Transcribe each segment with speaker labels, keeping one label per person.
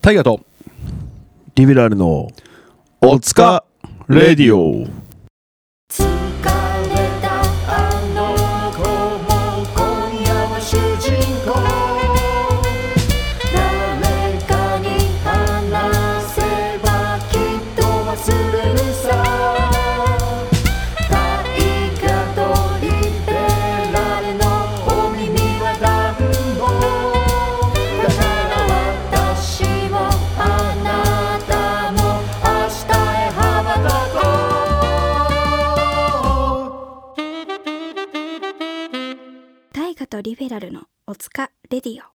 Speaker 1: タイガと
Speaker 2: リベラルの
Speaker 1: おつかレディオ
Speaker 3: 疲れたあの子も今夜は主人公誰かに話せばきっと忘れるさ大河とリベラルのお耳は暖房だから私もあなたも明日へ羽ばたこう
Speaker 4: 大河とリベラルのおつかレディオ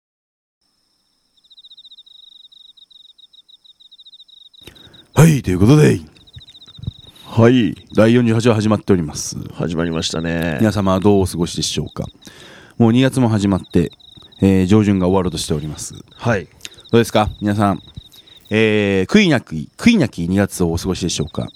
Speaker 1: はいということではい第48話始まっております
Speaker 2: 始まりましたね
Speaker 1: 皆様はどうお過ごしでしょうかもう2月も始まって、えー上旬が終わろうとしておりますど
Speaker 2: はい、
Speaker 1: うですか皆さんえー、悔いなき悔いなき2月をお過ごしでしょうか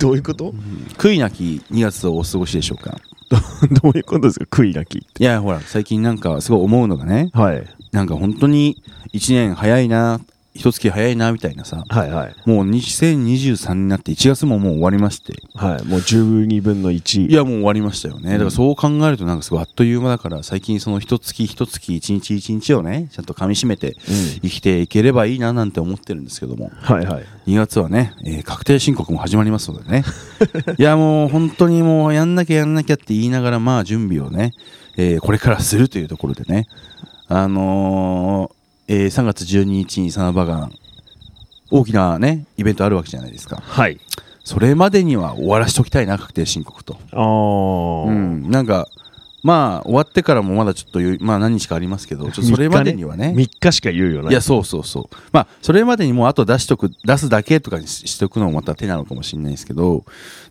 Speaker 2: どういうこと、
Speaker 1: 悔いなき2月をお過ごしでしょうか
Speaker 2: どどういうことですか悔いなきって
Speaker 1: いやほら最近なんかすごい思うのがね
Speaker 2: はい
Speaker 1: なんか本当に1年早いな一月早いなみたいなさ
Speaker 2: はいはい
Speaker 1: もう2023になって1月ももう終わりまして
Speaker 2: はいもう12分の1
Speaker 1: いやもう終わりましたよねだからそう考えるとなんかすごいあっという間だから最近その一月一月一日一日をねちゃんと噛みしめて生きていければいいななんて思ってるんですけども
Speaker 2: はいはい
Speaker 1: 2月はね、えー確定申告も始まりますのでねいやもう本当にもうやんなきゃやんなきゃって言いながらまあ準備をね、えーこれからするというところでねあのーえー3月12日にサナバガン大きなねイベントあるわけじゃないですか
Speaker 2: はい
Speaker 1: それまでには終わらしときたいな確定申告と、
Speaker 2: あ
Speaker 1: う
Speaker 2: あ、
Speaker 1: ん、なんかまあ終わってからもまだちょっと余裕まあ何日かありますけどちょっとそれまでにはね
Speaker 2: 3日しか言うよない
Speaker 1: やそうそうそうまあそれまでにもうあと出しとく出すだけとかにししておくのもまた手なのかもしれないですけど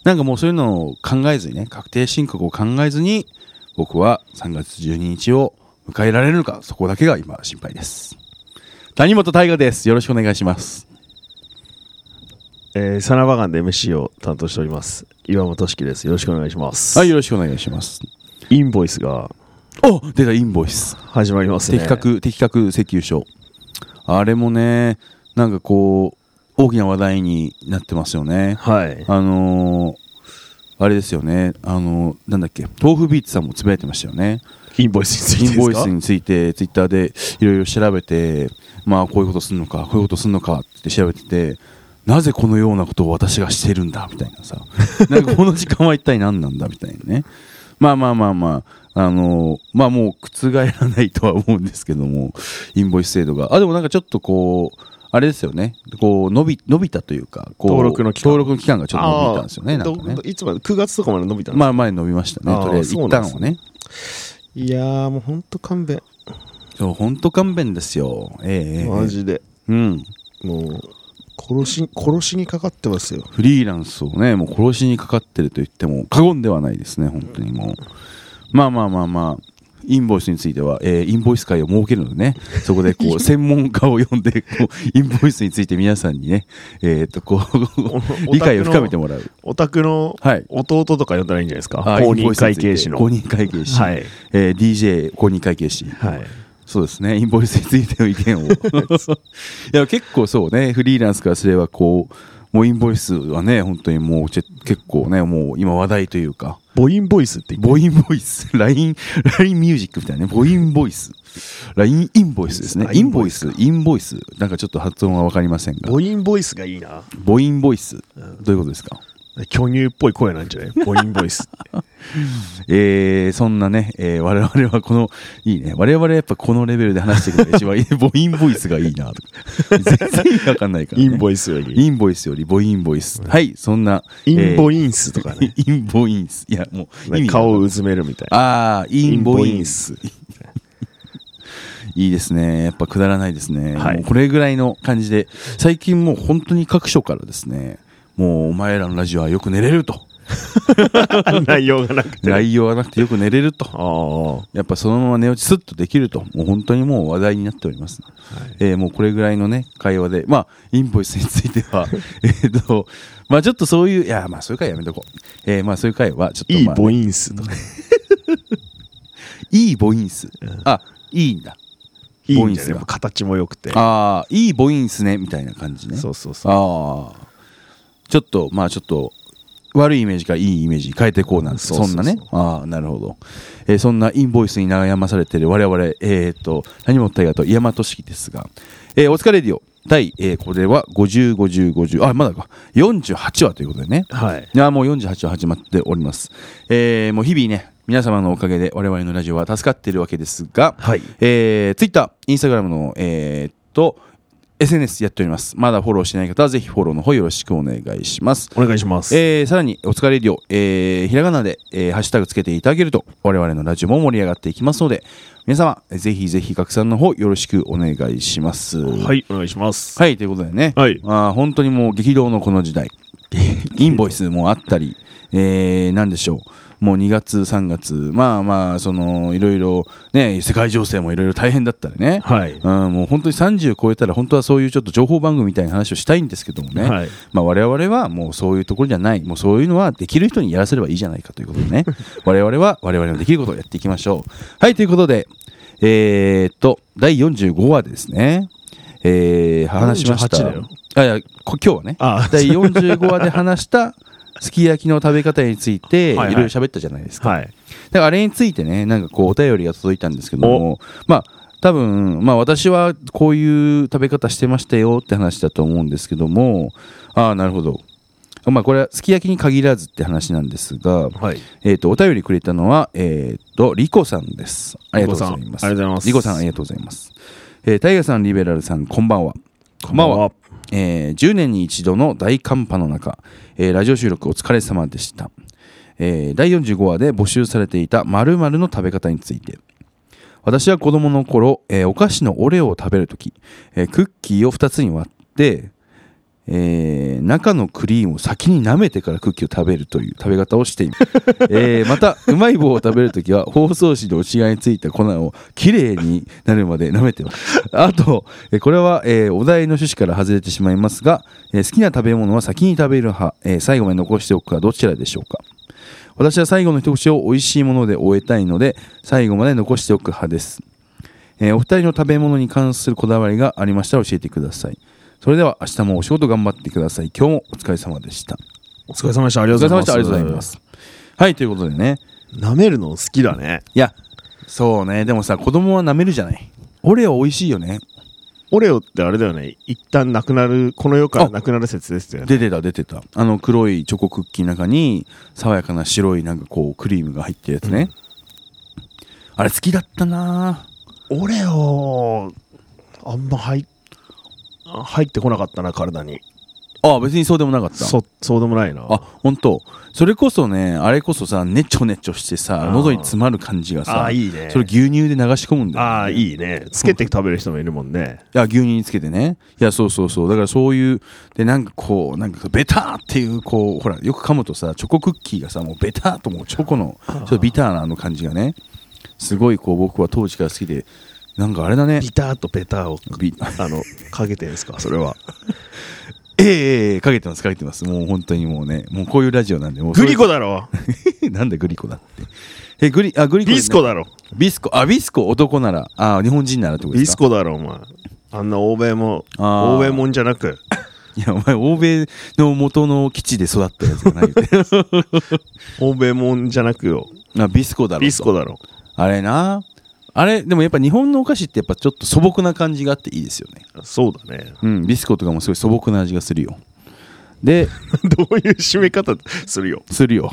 Speaker 1: なんかもうそういうのを考えずにね確定申告を考えずに僕は3月12日を迎えられるのかそこだけが今心配です谷本大河ですよろしくお願いします
Speaker 2: えーサナバガンで MC を担当しております岩本俊樹ですよろしくお願いします
Speaker 1: はいよろしくお願いします
Speaker 2: インボイスが
Speaker 1: お出たインボイス
Speaker 2: 始まりますね
Speaker 1: 的確的確請求書あれもねなんかこう大きな話題になってますよね
Speaker 2: はい
Speaker 1: あのー、あれですよね、あのーなんだっけ、豆腐ビーツさんもつぶやいてましたよね、
Speaker 2: インボイスについ
Speaker 1: イン
Speaker 2: てです
Speaker 1: ボ
Speaker 2: か
Speaker 1: イスについて、ツイッターでいろいろ調べて、まあ、こういうことするのか、こういうことするのかって調べてて、なぜこのようなことを私がしてるんだみたいな さ、なんかこの時間は一体何なんだみたいなね、まあまあまあまあ、あのーまあもう覆らないとは思うんですけども、インボイス制度が。あでもなんかちょっとこうあれですよねこう伸び伸びたというかこう
Speaker 2: 登録の期間
Speaker 1: 登録の期間がちょっと伸びたんですよね
Speaker 2: あ
Speaker 1: な
Speaker 2: ー
Speaker 1: んかね
Speaker 2: どいつまで9月とかまで伸びたんですか
Speaker 1: まあ前に伸びましたね、
Speaker 2: あー
Speaker 1: とりあえず、
Speaker 2: そう
Speaker 1: 一
Speaker 2: な
Speaker 1: 旦
Speaker 2: んです
Speaker 1: はね。
Speaker 2: いやーもうほんと勘弁
Speaker 1: そう、本当勘弁ですよ。ええええ
Speaker 2: マジで
Speaker 1: うん。
Speaker 2: もう殺し殺しにかかってますよ
Speaker 1: フリーランスをね、もう殺しにかかってると言っても過言ではないですね、本当にもう。まあまあまあまあ。インボイスについては、えーインボイス会を設けるのでね、そこでこ う専門家を呼んで、こうインボイスについて皆さんにね、えー、とこう理解を深めてもらう。
Speaker 2: お宅の
Speaker 1: はい
Speaker 2: 弟とか呼んだらいいんじゃないですか、
Speaker 1: あー
Speaker 2: 公
Speaker 1: インボ
Speaker 2: 認
Speaker 1: イスに
Speaker 2: 会
Speaker 1: ついて
Speaker 2: 計士の
Speaker 1: 公認会計士、
Speaker 2: はい
Speaker 1: えー DJ 公認会計士、
Speaker 2: はい
Speaker 1: そうですね、インボイスについての意見を。い や結構そうね、フリーランスからすればこう、もうインボイスはね、本当にもうちぇ結構ね、もう今話題というか、
Speaker 2: 母音ボイスって言って
Speaker 1: ボインボイス、LINE、LINE ミュージックみたいなね、ボインボイス、LINE インボイスですね、
Speaker 2: あ
Speaker 1: インボイス、インボイス、なんかちょっと発音は分かりませんが、
Speaker 2: 母音ボイスがいいな
Speaker 1: ボインボイス、どういうことですか
Speaker 2: 巨乳っぽい声なんじ ゃない母音ボイスって
Speaker 1: えーそんなね、えー我々はこの、いいね、我々はやっぱこのレベルで話していくのが一番 いい、ボインボイスがいいなとか、全然意味わかんないから、ね。
Speaker 2: インボイスより
Speaker 1: インボイスよりボインボイス。はい、そんな。
Speaker 2: インボ
Speaker 1: イン、
Speaker 2: インスとかね
Speaker 1: インボインス。いや、もう、
Speaker 2: なん
Speaker 1: 意味
Speaker 2: か
Speaker 1: が
Speaker 2: 顔をうずめるみたいな
Speaker 1: ああ、インボインス。
Speaker 2: インボインス
Speaker 1: いいですね。やっぱくだらないですね。
Speaker 2: はい
Speaker 1: もうこれぐらいの感じで、最近もう本当に各所からですね、もうお前らのラジオはよく寝れる と。
Speaker 2: 内容がな くてあ
Speaker 1: 内容がなくてよく寝れると。
Speaker 2: あ
Speaker 1: やっぱそのまま寝落ちスッとできると、もう本当にもう話題になっております。えーもうこれぐらいのね、会話で、まあ、インボイスについては、 えっと、まあちょっとそういう、いや、まあそういう会はやめとこう。えーまあそういう会は、ちょっと、まあ
Speaker 2: いい
Speaker 1: ね
Speaker 2: 母音数とか
Speaker 1: いい母音数。あ、いいんだ。
Speaker 2: いい
Speaker 1: ボイ
Speaker 2: ん
Speaker 1: ン
Speaker 2: じゃ
Speaker 1: ス
Speaker 2: ね
Speaker 1: が
Speaker 2: 形も良くて
Speaker 1: ああいい母音っすねみたいな感じね
Speaker 2: そうそうそう
Speaker 1: ああちょっとまあちょっと悪いイメージからいいイメージに変えていこうなんて
Speaker 2: そ
Speaker 1: そう
Speaker 2: そうそうん
Speaker 1: なねああなるほど、えーそんなインボイスに悩まされている我々えっ、と何も大河と大和式ですが、えーお疲れディオ第、えーこれは505050あまだか48話ということでね
Speaker 2: はい
Speaker 1: いやもう48は始まっております。えーもう日々ね、皆様のおかげで我々のラジオは助かっているわけですが、
Speaker 2: はい
Speaker 1: えー、Twitter、Instagram の、えーっと、SNS やっております。まだフォローしてない方はぜひフォローの方よろしくお願いします。
Speaker 2: お願いします
Speaker 1: えーさらに、お疲れ量、えーひらがなで、えーハッシュタグつけていただけると、我々のラジオも盛り上がっていきますので、皆様、ぜひぜひ拡散の方よろしくお願いします。。
Speaker 2: はいいお願いします
Speaker 1: はい、ということでね、
Speaker 2: はい
Speaker 1: あー本当にもう激動のこの時 代、インボイスもあったり、えー、なんでしょう、もう2月、3月、まあまあ、そのいろいろ、ね、世界情勢もいろいろ大変だったりね、
Speaker 2: はい
Speaker 1: うん、もう本当に30超えたら、本当はそういうちょっと情報番組みたいな話をしたいんですけどもね、
Speaker 2: はい
Speaker 1: まあ、我々はもうそういうところじゃない、もうそういうのはできる人にやらせればいいじゃないかということで ね、我々は我々のできることをやっていきましょう。はい、ということで、えーっと、第45話ですね。えー、話しました。
Speaker 2: 48だよ
Speaker 1: あいやこ今日はね
Speaker 2: ああ
Speaker 1: 第45話で話したすき焼きの食べ方についてい
Speaker 2: は
Speaker 1: ろ
Speaker 2: いはい
Speaker 1: いろ喋ったじゃないですか、
Speaker 2: はい
Speaker 1: だからあれについてねなんかこうお便りが届いたんですけどもまあ多分まあ私はこういう食べ方してましたよって話だと思うんですけどもああなるほどまあこれはすき焼きに限らずって話なんですが、
Speaker 2: はい
Speaker 1: えー、とお便りくれたのは、えー、とリコさんですありがとうございます
Speaker 2: リコさんありがとうございます
Speaker 1: リコさんありがとうございます、えー、タイガさんリベラルさんこんばんはこんばんはえー10年に一度の大寒波の中、えーラジオ収録お疲れ様でした、えー第45話で募集されていた〇〇の食べ方について私は子供の頃、えーお菓子のオレオを食べるとき、えークッキーを2つに割って、えー中のクリームを先に舐めてからクッキーを食べるという食べ方をしています、 えーまたうまい棒を食べるときは包装紙で内側についた粉をきれいになるまで舐めてますあと、えーこれは、えーお題の趣旨から外れてしまいますが、えー好きな食べ物は先に食べる派、えー最後まで残しておくかどちらでしょうか私は最後の一口を美味しいもので終えたいので最後まで残しておく派です、えーお二人の食べ物に関するこだわりがありましたら教えてくださいそれでは明日もお仕事頑張ってください今日もお疲れ様でした
Speaker 2: お疲れ様でしたあり
Speaker 1: お疲
Speaker 2: がと
Speaker 1: れ
Speaker 2: うござ
Speaker 1: 様でしたありがと
Speaker 2: います
Speaker 1: うございますはいということでね
Speaker 2: 舐めるの好きだね
Speaker 1: いやそうねでもさ子供は舐めるじゃないオレオ美味しいよね
Speaker 2: オレオってあれだよね一旦なくなるこの世からなくなる説ですよね
Speaker 1: 出てた出てたあの黒いチョコクッキーの中に爽やかな白いなんかこうクリームが入ってるやつね、あれ好きだったな
Speaker 2: オレオあんま入っあ入ってこなかったな体に
Speaker 1: ああ別にそうでもなかった
Speaker 2: そそうでもないな
Speaker 1: あ本当それこそねあれこそさねちょねちょしてさ
Speaker 2: あー
Speaker 1: 喉に詰まる感じがさ
Speaker 2: あーいいね
Speaker 1: それ牛乳で流し込むんだよ
Speaker 2: ああいいねつけて食べる人もいるもんね
Speaker 1: いや牛乳につけてねいやそうそうそうだからそういうでなんかこうなんかベターっていうこうほらよく噛むとさチョコクッキーがさもうベターともうチョコのちょっとビターなあの感じがねすごいこう僕は当時から好きでなんかあれだね
Speaker 2: ビターとベターを
Speaker 1: ビ
Speaker 2: あのかけてるんですかそれは
Speaker 1: ええええええかけてますかけてますもう本当にもうねもうこういうラジオなんでもう
Speaker 2: グリコだろ
Speaker 1: コなんで グリコだってえグリあグリコ、
Speaker 2: ビスコだろ
Speaker 1: ビスコ、あ、ビスコ、男なら、あ、日本人ならってことで
Speaker 2: ビ
Speaker 1: す
Speaker 2: ス
Speaker 1: か
Speaker 2: コだろお前あんな欧米も
Speaker 1: あー
Speaker 2: 欧米もんじゃなく
Speaker 1: ビスコ。いや、お前、欧米の元の基地で育ったやつがないよね
Speaker 2: 欧米もんじゃなくよ
Speaker 1: あビスコだろ。
Speaker 2: ビスコだろ
Speaker 1: あれな。あれ、でもやっぱ日本のお菓子ってやっぱちょっと素朴な感じがあっていいですよね。
Speaker 2: そうだね
Speaker 1: うん、ビスコとかもすごい素朴な味がするよ。で、
Speaker 2: どういう締め方するよ
Speaker 1: する よ。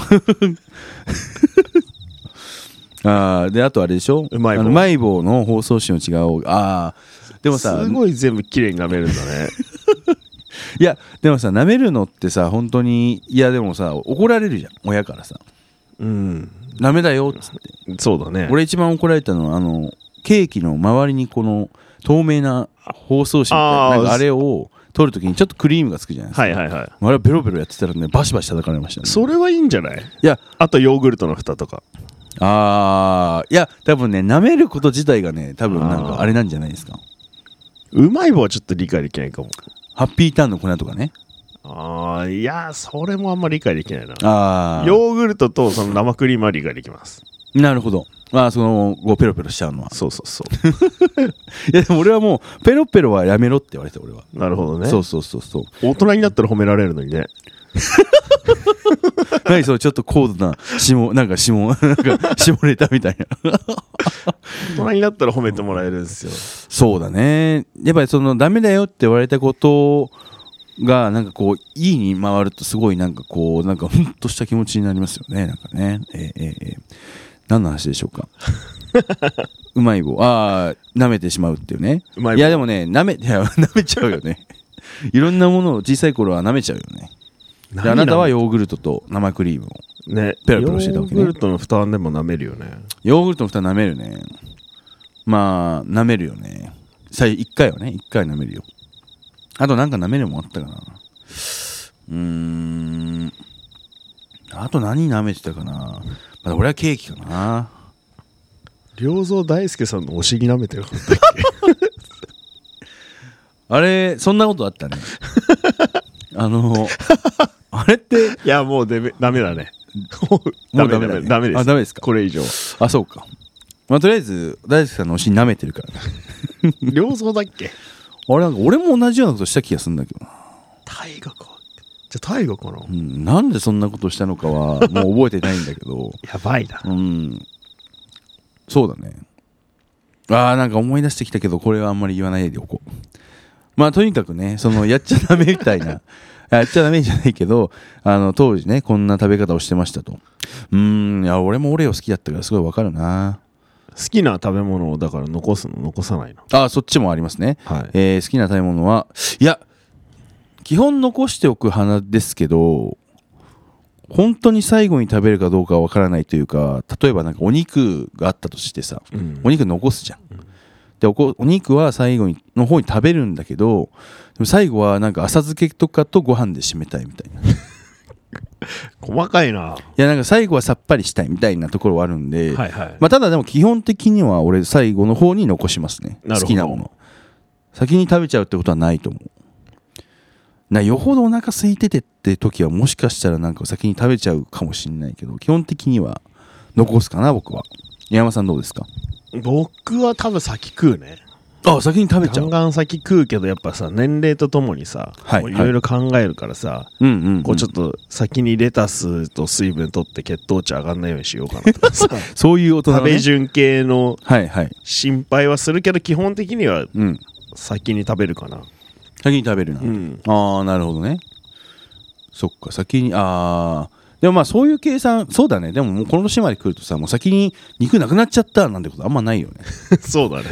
Speaker 1: あーで、あとあれでしょ
Speaker 2: うまい棒
Speaker 1: あのうまい棒の包装紙の違う。ああ、でもさ、
Speaker 2: すごい全部綺麗に舐めるんだ ね
Speaker 1: いやでもさ舐めるのってさ本当にいやでもさ怒られるじゃん親からさ
Speaker 2: うん
Speaker 1: ダメだよっつって
Speaker 2: そうだね
Speaker 1: 俺一番怒られたのはあのケーキの周りにこの透明な包装紙みたい
Speaker 2: あー
Speaker 1: ななんかあれを取るときにちょっとクリームがつくじゃないですか、
Speaker 2: はいはいはい
Speaker 1: あれはベロベロやってたらねバシバシ叩かれましたね
Speaker 2: それはいいんじゃない
Speaker 1: いや
Speaker 2: あとヨーグルトの蓋とか
Speaker 1: あーいや多分ね舐めること自体がね多分なん
Speaker 2: あー
Speaker 1: かあれなんじゃないですか
Speaker 2: うまい棒はちょっと理解できないかも
Speaker 1: ハッピーターンの粉とかね
Speaker 2: ああいやそれもあんま理解できないな
Speaker 1: ああ
Speaker 2: ヨーグルトとその生クリームは理解できます
Speaker 1: なるほどまあそのこうペロペロしちゃうのは
Speaker 2: そうそうそう。
Speaker 1: いやでも俺はもうペロペロはやめろって言われて俺は、
Speaker 2: なるほどね。
Speaker 1: そうそうそうそう
Speaker 2: 大人になったら褒められるのにね。
Speaker 1: 何そのちょっと高度な下なんか下なんか下ネタみたいな
Speaker 2: 大人になったら褒めてもらえるんですよ。
Speaker 1: そうだねやっぱりそのダメだよって言われたことがなんかこういいに回るとすごいなんかこうなんかふんとした気持ちになりますよねなんかねえーえーえー何の話でしょう かうまい棒ああ舐めてしまうっていうね
Speaker 2: うまい棒
Speaker 1: やでもね舐めいや舐めちゃうよねいろんなものを小さい頃は舐めちゃうよねであなたはヨーグルトと生クリームを
Speaker 2: ね、
Speaker 1: ペロペロしてたわけね
Speaker 2: ヨーグルトの蓋でも舐めるよね。
Speaker 1: ヨーグルトの蓋舐めるねまあ舐めるよね最一回はね一回舐めるよあとなんか舐めるもんあったかなうーんあと何舐めてたかな、まあ、俺はケーキかな
Speaker 2: 良三大輔さんのお尻舐めてるかったっ
Speaker 1: あれそんなことあったねあのあれって
Speaker 2: け いや、もうでめダメだ ね。
Speaker 1: も
Speaker 2: ダ
Speaker 1: う
Speaker 2: メ
Speaker 1: ダメだ
Speaker 2: ダメ
Speaker 1: ね
Speaker 2: ダメです。
Speaker 1: あダメですか
Speaker 2: これ以上。
Speaker 1: あそうかまあとりあえず大輔さんのお尻舐めてるからね
Speaker 2: 良三だっけ
Speaker 1: あれなんか俺も同じようなことした気がするんだけどな
Speaker 2: 大河か。じゃあ大河かな
Speaker 1: うん、なんでそんなことしたのかはもう覚えてないんだけど
Speaker 2: やばいな。
Speaker 1: うんそうだねああなんか思い出してきたけどこれはあんまり言わないでおこうまあとにかくねそのやっちゃダメみたい なやっちゃダメじゃないけどあの当時ねこんな食べ方をしてましたとうーんいや俺もオレオ好きだったからすごいわかるな
Speaker 2: 好きな食べ物をだから残すの残さないの。
Speaker 1: ああそっちもありますね
Speaker 2: はい。
Speaker 1: えー好きな食べ物はいや基本残しておく派ですけど本当に最後に食べるかどうかは分からないというか例えばなんかお肉があったとしてさ
Speaker 2: うん
Speaker 1: お肉残すじゃん。でおこお肉は最後にの方に食べるんだけどでも最後はなんか浅漬けとかとご飯で締めたいみたいな。い
Speaker 2: 細かいな。
Speaker 1: やなんか最後はさっぱりしたいみたいなところはあるんで、
Speaker 2: いはい。
Speaker 1: まあ、ただでも基本的には俺最後の方に残しますね
Speaker 2: なるほど
Speaker 1: 好きなもの先に食べちゃうってことはないと思うなよほどお腹空いててって時はもしかしたらなんか先に食べちゃうかもしれないけど基本的には残すかな僕は宮山さんどうですか
Speaker 2: 僕は多分先食うね。
Speaker 1: あ先に食べち
Speaker 2: ガ
Speaker 1: ゃう
Speaker 2: ンガン先食うけどやっぱさ年齢とともにさ
Speaker 1: はい
Speaker 2: こういろいろ考えるからさ
Speaker 1: うんうんうん、
Speaker 2: こうちょっと先にレタスと水分取って血糖値上がんないようにしようかな とかさ
Speaker 1: そういう大人、ね、
Speaker 2: 食べ順系の
Speaker 1: はいはい
Speaker 2: 心配はするけど基本的には
Speaker 1: うん
Speaker 2: 先に食べるかな
Speaker 1: 先に食べるな、
Speaker 2: うん
Speaker 1: ああなるほどねそっか先にああでもまあそういう計算そうだねでももうこの年まで来るとさもう先に肉なくなっちゃったなんてことあんまないよね
Speaker 2: そうだね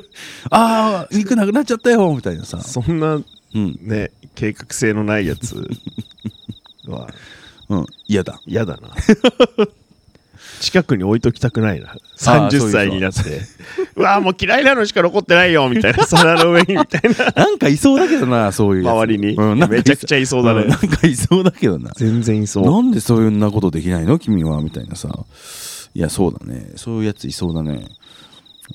Speaker 1: ああ肉なくなっちゃったよみたいなさ
Speaker 2: そんな
Speaker 1: うん
Speaker 2: ね計画性のないやつは
Speaker 1: うん嫌だ
Speaker 2: 嫌 だな近くに置いときたくないな
Speaker 1: あーそういう人
Speaker 2: 30歳になって うわーもう嫌いなのしか残ってないよみたい な皿の上にみたいな
Speaker 1: なんかいそうだけどなそういうやつ
Speaker 2: 周りに
Speaker 1: なんか
Speaker 2: めちゃくちゃい そうだね
Speaker 1: んなんかいそうだけどな
Speaker 2: 全然いそう
Speaker 1: なんでそういうんなことできないの君はみたいなさいやそうだねそういうやついそうだね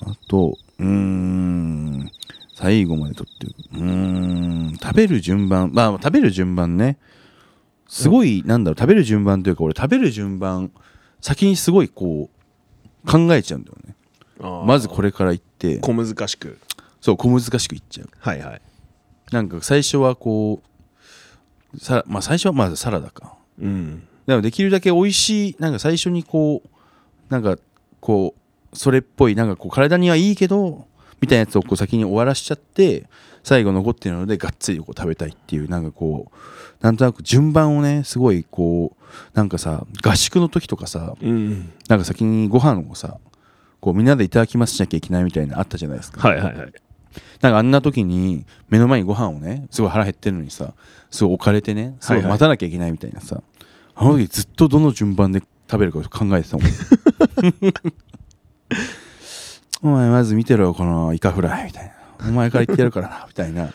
Speaker 1: あとうーん最後までとってるうーん食べる順番まあ食べる順番ねすごいなんだろう食べる順番というか俺食べる順番先にすごいこう考えちゃうんだよねまずこれから行って
Speaker 2: 小難しく
Speaker 1: そう小難しくいっちゃう
Speaker 2: はいはい
Speaker 1: なんか最初はこうさまあ最初はまずサラダか
Speaker 2: うん
Speaker 1: でもできるだけ美味しいなんか最初にこうなんかこうそれっぽいなんかこう体にはいいけどみたいなやつをこう先に終わらしちゃって最後残ってるのでがっつりこう食べたいっていうなんかこうなんとなく順番をねすごいこうなんかさ合宿の時とかさ
Speaker 2: うん
Speaker 1: なんか先にご飯をさこうみんなでいただきますしなきゃいけないみたいなのあったじゃないですか、
Speaker 2: はいはいはい
Speaker 1: なんかあんな時に目の前にご飯をねすごい腹減ってるのにさすごい置かれてねすごい
Speaker 2: はいはい
Speaker 1: 待たなきゃいけないみたいなさ、あの時ずっとどの順番で食べるか考えてた もんお前まず見てろよこのイカフライみたいなお前から言ってやるからなみたいな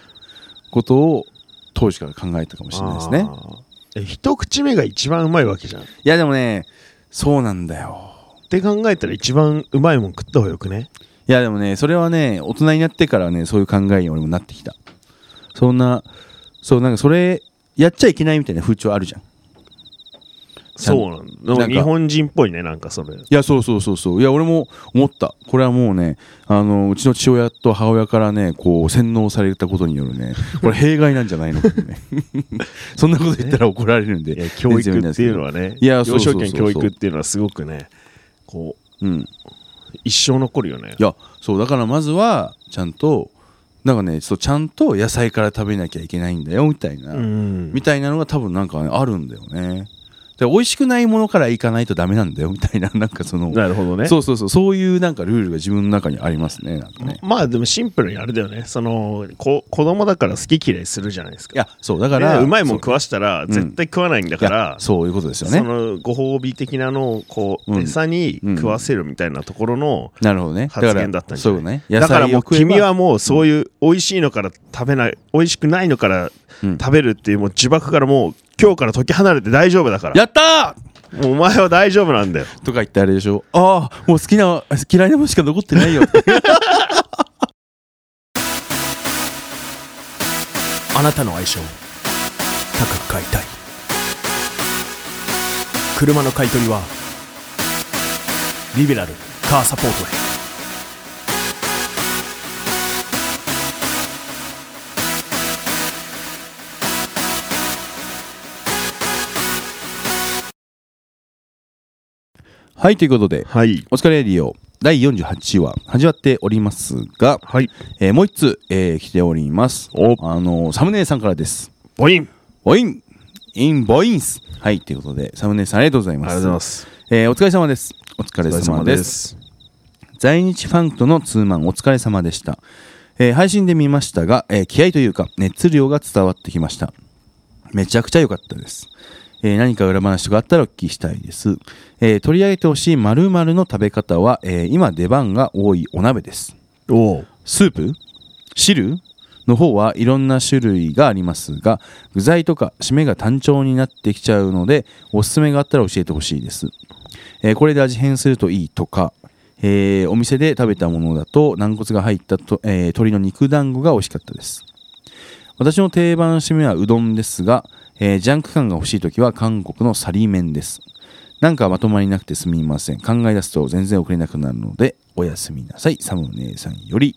Speaker 1: ことを当時から考えたかもしれないですね
Speaker 2: あーえ一口目が一番うまいわけじゃんっ
Speaker 1: いやでもねそうなんだよ
Speaker 2: て考えたら一番うまいもん食った方がよくね
Speaker 1: いやでもねそれはね大人になってからねそういう考えに俺もなってきたそんなそうなんかそれやっちゃいけないみたいな風潮あるじゃん
Speaker 2: そうなんだ。
Speaker 1: な
Speaker 2: なん
Speaker 1: か
Speaker 2: んか日本人っぽいね、なんかそれ。
Speaker 1: いやそうそうそうそういや俺も思ったこれはもうねあのうちの父親と母親からねこう洗脳されたことによるねこれ弊害なんじゃないのか ねそんなこと言ったら怒られるん
Speaker 2: い
Speaker 1: で
Speaker 2: や教育っていうのはね、
Speaker 1: いやそう
Speaker 2: 幼
Speaker 1: そうそ
Speaker 2: 少
Speaker 1: う
Speaker 2: 期の教育っていうのはすごくね、こう、
Speaker 1: うんい
Speaker 2: 一生残るよね。
Speaker 1: やそうだからまずはちゃんとなんかねそうちゃんと野菜から食べなきゃいけないんだよみたいな、
Speaker 2: うん
Speaker 1: みたいなのが多分なんかね、あるんだよねで美味しくないものからいかないとダメなんだよみたいな なんかその
Speaker 2: なるほどね。
Speaker 1: そうそうそうそういうなんかルールが自分の中にありますねなんかね
Speaker 2: まあでもシンプルにあれだよね。その、こ子供だから好き嫌いするじゃないですか。
Speaker 1: いやそうだか
Speaker 2: だ
Speaker 1: ら、
Speaker 2: うまいもん
Speaker 1: そう
Speaker 2: 食わしたら
Speaker 1: ん
Speaker 2: 絶対食わないんだ
Speaker 1: い
Speaker 2: か
Speaker 1: や
Speaker 2: ら、
Speaker 1: そういうことですよ
Speaker 2: そ
Speaker 1: ね
Speaker 2: のご褒美的なのをこ
Speaker 1: うん
Speaker 2: う餌に食わせるみたいなところの、
Speaker 1: なるほどね
Speaker 2: 発言だったんじゃない
Speaker 1: ね
Speaker 2: だからもう君はもう
Speaker 1: う
Speaker 2: そういう美味しいのから食べない美味しくないのから
Speaker 1: うん
Speaker 2: 食べるっていうもう呪縛からもう今日から解き離れて大丈夫だから
Speaker 1: やった
Speaker 2: もうお前は大丈夫なんだよ
Speaker 1: ーとか言ってあれでしょああもう好きな嫌いなものしか残って ないよ
Speaker 5: あなたの愛車を高く買いたい車の買い取りはリベラルカーサポートへ
Speaker 1: はいということで
Speaker 2: はい
Speaker 1: お疲れレディオ第48話始まっておりますが、
Speaker 2: はい
Speaker 1: えーもう一つ、えー来ております
Speaker 2: お
Speaker 1: あのーサムネさんからです
Speaker 2: ボイン
Speaker 1: ボインインボインスはいということでサムネさんありがとうございます
Speaker 2: す
Speaker 1: えーお疲れ様ですお疲
Speaker 2: お
Speaker 1: れ
Speaker 2: 疲れ
Speaker 1: 様
Speaker 2: 様
Speaker 1: で
Speaker 2: ですす
Speaker 1: 在日ファンとのツーマンお疲れ様でした、えー配信で見ましたが、えー気合というか熱量が伝わってきましためちゃくちゃ良かったです、えー何か裏話とかあったらお聞きしたいです、えー取り上げてほしい〇〇の食べ方は、えー今出番が多いお鍋です
Speaker 2: おう
Speaker 1: スープ汁の方はいろんな種類がありますが具材とか締めが単調になってきちゃうのでおすすめがあったら教えてほしいです、えーこれで味変するといいとか、えーお店で食べたものだと軟骨が入ったと、えー鶏の肉団子が美味しかったです私の定番締めはうどんですが、えージャンク感が欲しい時は韓国のサリー麺ですなんかまとまりなくてすみません考え出すと全然送れなくなるのでおやすみなさいサムネさんより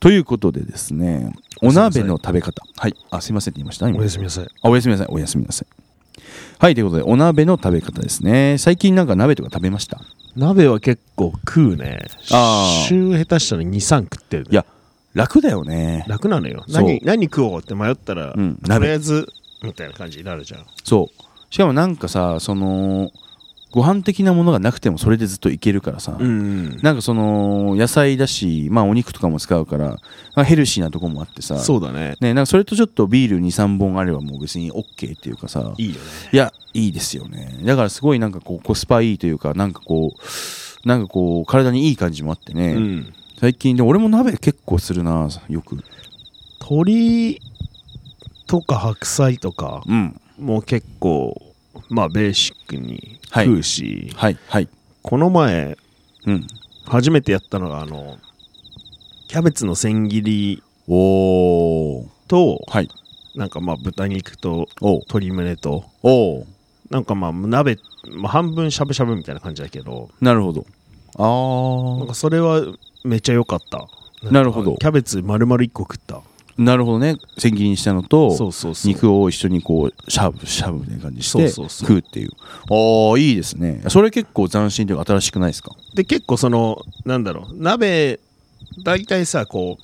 Speaker 1: ということでですねお鍋の食べ方はいあすいませんって言いました今
Speaker 2: おやすみなさい
Speaker 1: あおやすみなさいおやすみなさいはいということでお鍋の食べ方ですね最近なんか鍋とか食べました
Speaker 2: 鍋は結構食うね
Speaker 1: あー
Speaker 2: 週下手したら23食ってるね
Speaker 1: いや楽だよね
Speaker 2: 楽なのよ
Speaker 1: そう
Speaker 2: 何何食おうって迷ったら、
Speaker 1: うん
Speaker 2: と
Speaker 1: 鍋
Speaker 2: りあえずみたいな感じになるじゃん
Speaker 1: そうしかもなんかさそのご飯的なものがなくてもそれでずっといけるからさ、
Speaker 2: ん
Speaker 1: なんかその野菜だし、まあ、お肉とかも使うからなんかヘルシーなとこもあってさ
Speaker 2: そうだね
Speaker 1: ね、なんかそれとちょっとビール23本あればもう別に OK っていうかさ
Speaker 2: いいよね
Speaker 1: いやいいですよねだからすごいなんかこうコスパいいというかなんかこうなんかこう体にいい感じもあってね、
Speaker 2: ん
Speaker 1: 最近でも俺も鍋結構するなよく
Speaker 2: 鶏とか白菜とか
Speaker 1: うん
Speaker 2: もう結構まあベーシックに
Speaker 1: はい
Speaker 2: 食うし、
Speaker 1: はいはい
Speaker 2: この前
Speaker 1: うん
Speaker 2: 初めてやったのがあのキャベツの千切り
Speaker 1: おお
Speaker 2: と
Speaker 1: はい
Speaker 2: なんかまあ豚肉と
Speaker 1: おう
Speaker 2: 鶏胸と
Speaker 1: おう
Speaker 2: なんかまあ鍋、まあ、半分しゃぶしゃぶみたいな感じだけど
Speaker 1: なるほど
Speaker 2: なん
Speaker 1: あ
Speaker 2: かそれはめっちゃ良かった
Speaker 1: なるほど
Speaker 2: キャベツ丸々1個食った
Speaker 1: あなるほどね千切りにしたのと
Speaker 2: そうそうそう
Speaker 1: 肉を一緒にこうシャブシャブみたいな感じし
Speaker 2: そう
Speaker 1: て
Speaker 2: そうそう
Speaker 1: 食うっていうああいいですねそれ結構斬新というか新しくないですか
Speaker 2: で結構そのなんだろう鍋大体さこ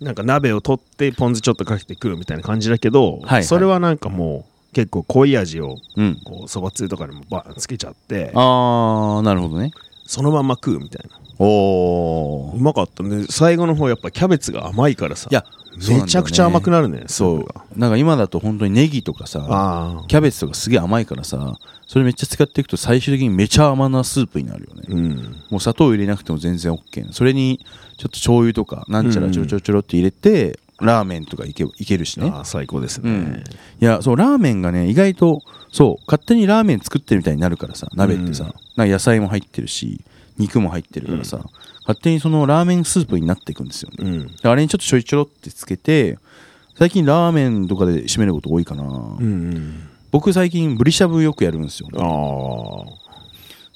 Speaker 2: うなんか鍋を取ってポン酢ちょっとかけて食うみたいな感じだけど、
Speaker 1: はいはい
Speaker 2: それはなんかもう結構濃い味を
Speaker 1: うん
Speaker 2: こうそばつゆとかにもバーンつけちゃって
Speaker 1: ああなるほどね
Speaker 2: そのまま食うみたいな
Speaker 1: お
Speaker 2: う
Speaker 1: お
Speaker 2: まかったね最後の方やっぱキャベツが甘いからさ
Speaker 1: いや
Speaker 2: めちゃくちゃ甘く
Speaker 1: る
Speaker 2: なるね
Speaker 1: そうなんか今だと本当にネギとかさ
Speaker 2: ああ
Speaker 1: キャベツとかすげえ甘いからさそれめっちゃ使っていくと最終的にめちゃ甘なスープになるよね、
Speaker 2: うん
Speaker 1: もう砂糖入れなくても全然 OK なそれにちょっと醤油とかなんちゃらちょろちょろちょろって入れて、ラーメンとかいけいけるしね
Speaker 2: ああ最高です
Speaker 1: う
Speaker 2: ね、
Speaker 1: ん、いやそうラーメンがね意外とそう勝手にラーメン作ってるみたいになるからさ鍋ってさ、
Speaker 2: うん
Speaker 1: なんか野菜も入ってるし肉も入ってるからさ、勝手にそのラーメンスープになっていくんですよね、
Speaker 2: うん
Speaker 1: であれにちょっとちょいちょろってつけて最近ラーメンとかで締めること多いかな、
Speaker 2: うん
Speaker 1: 僕最近ブリしゃぶよくやるんですよ
Speaker 2: あ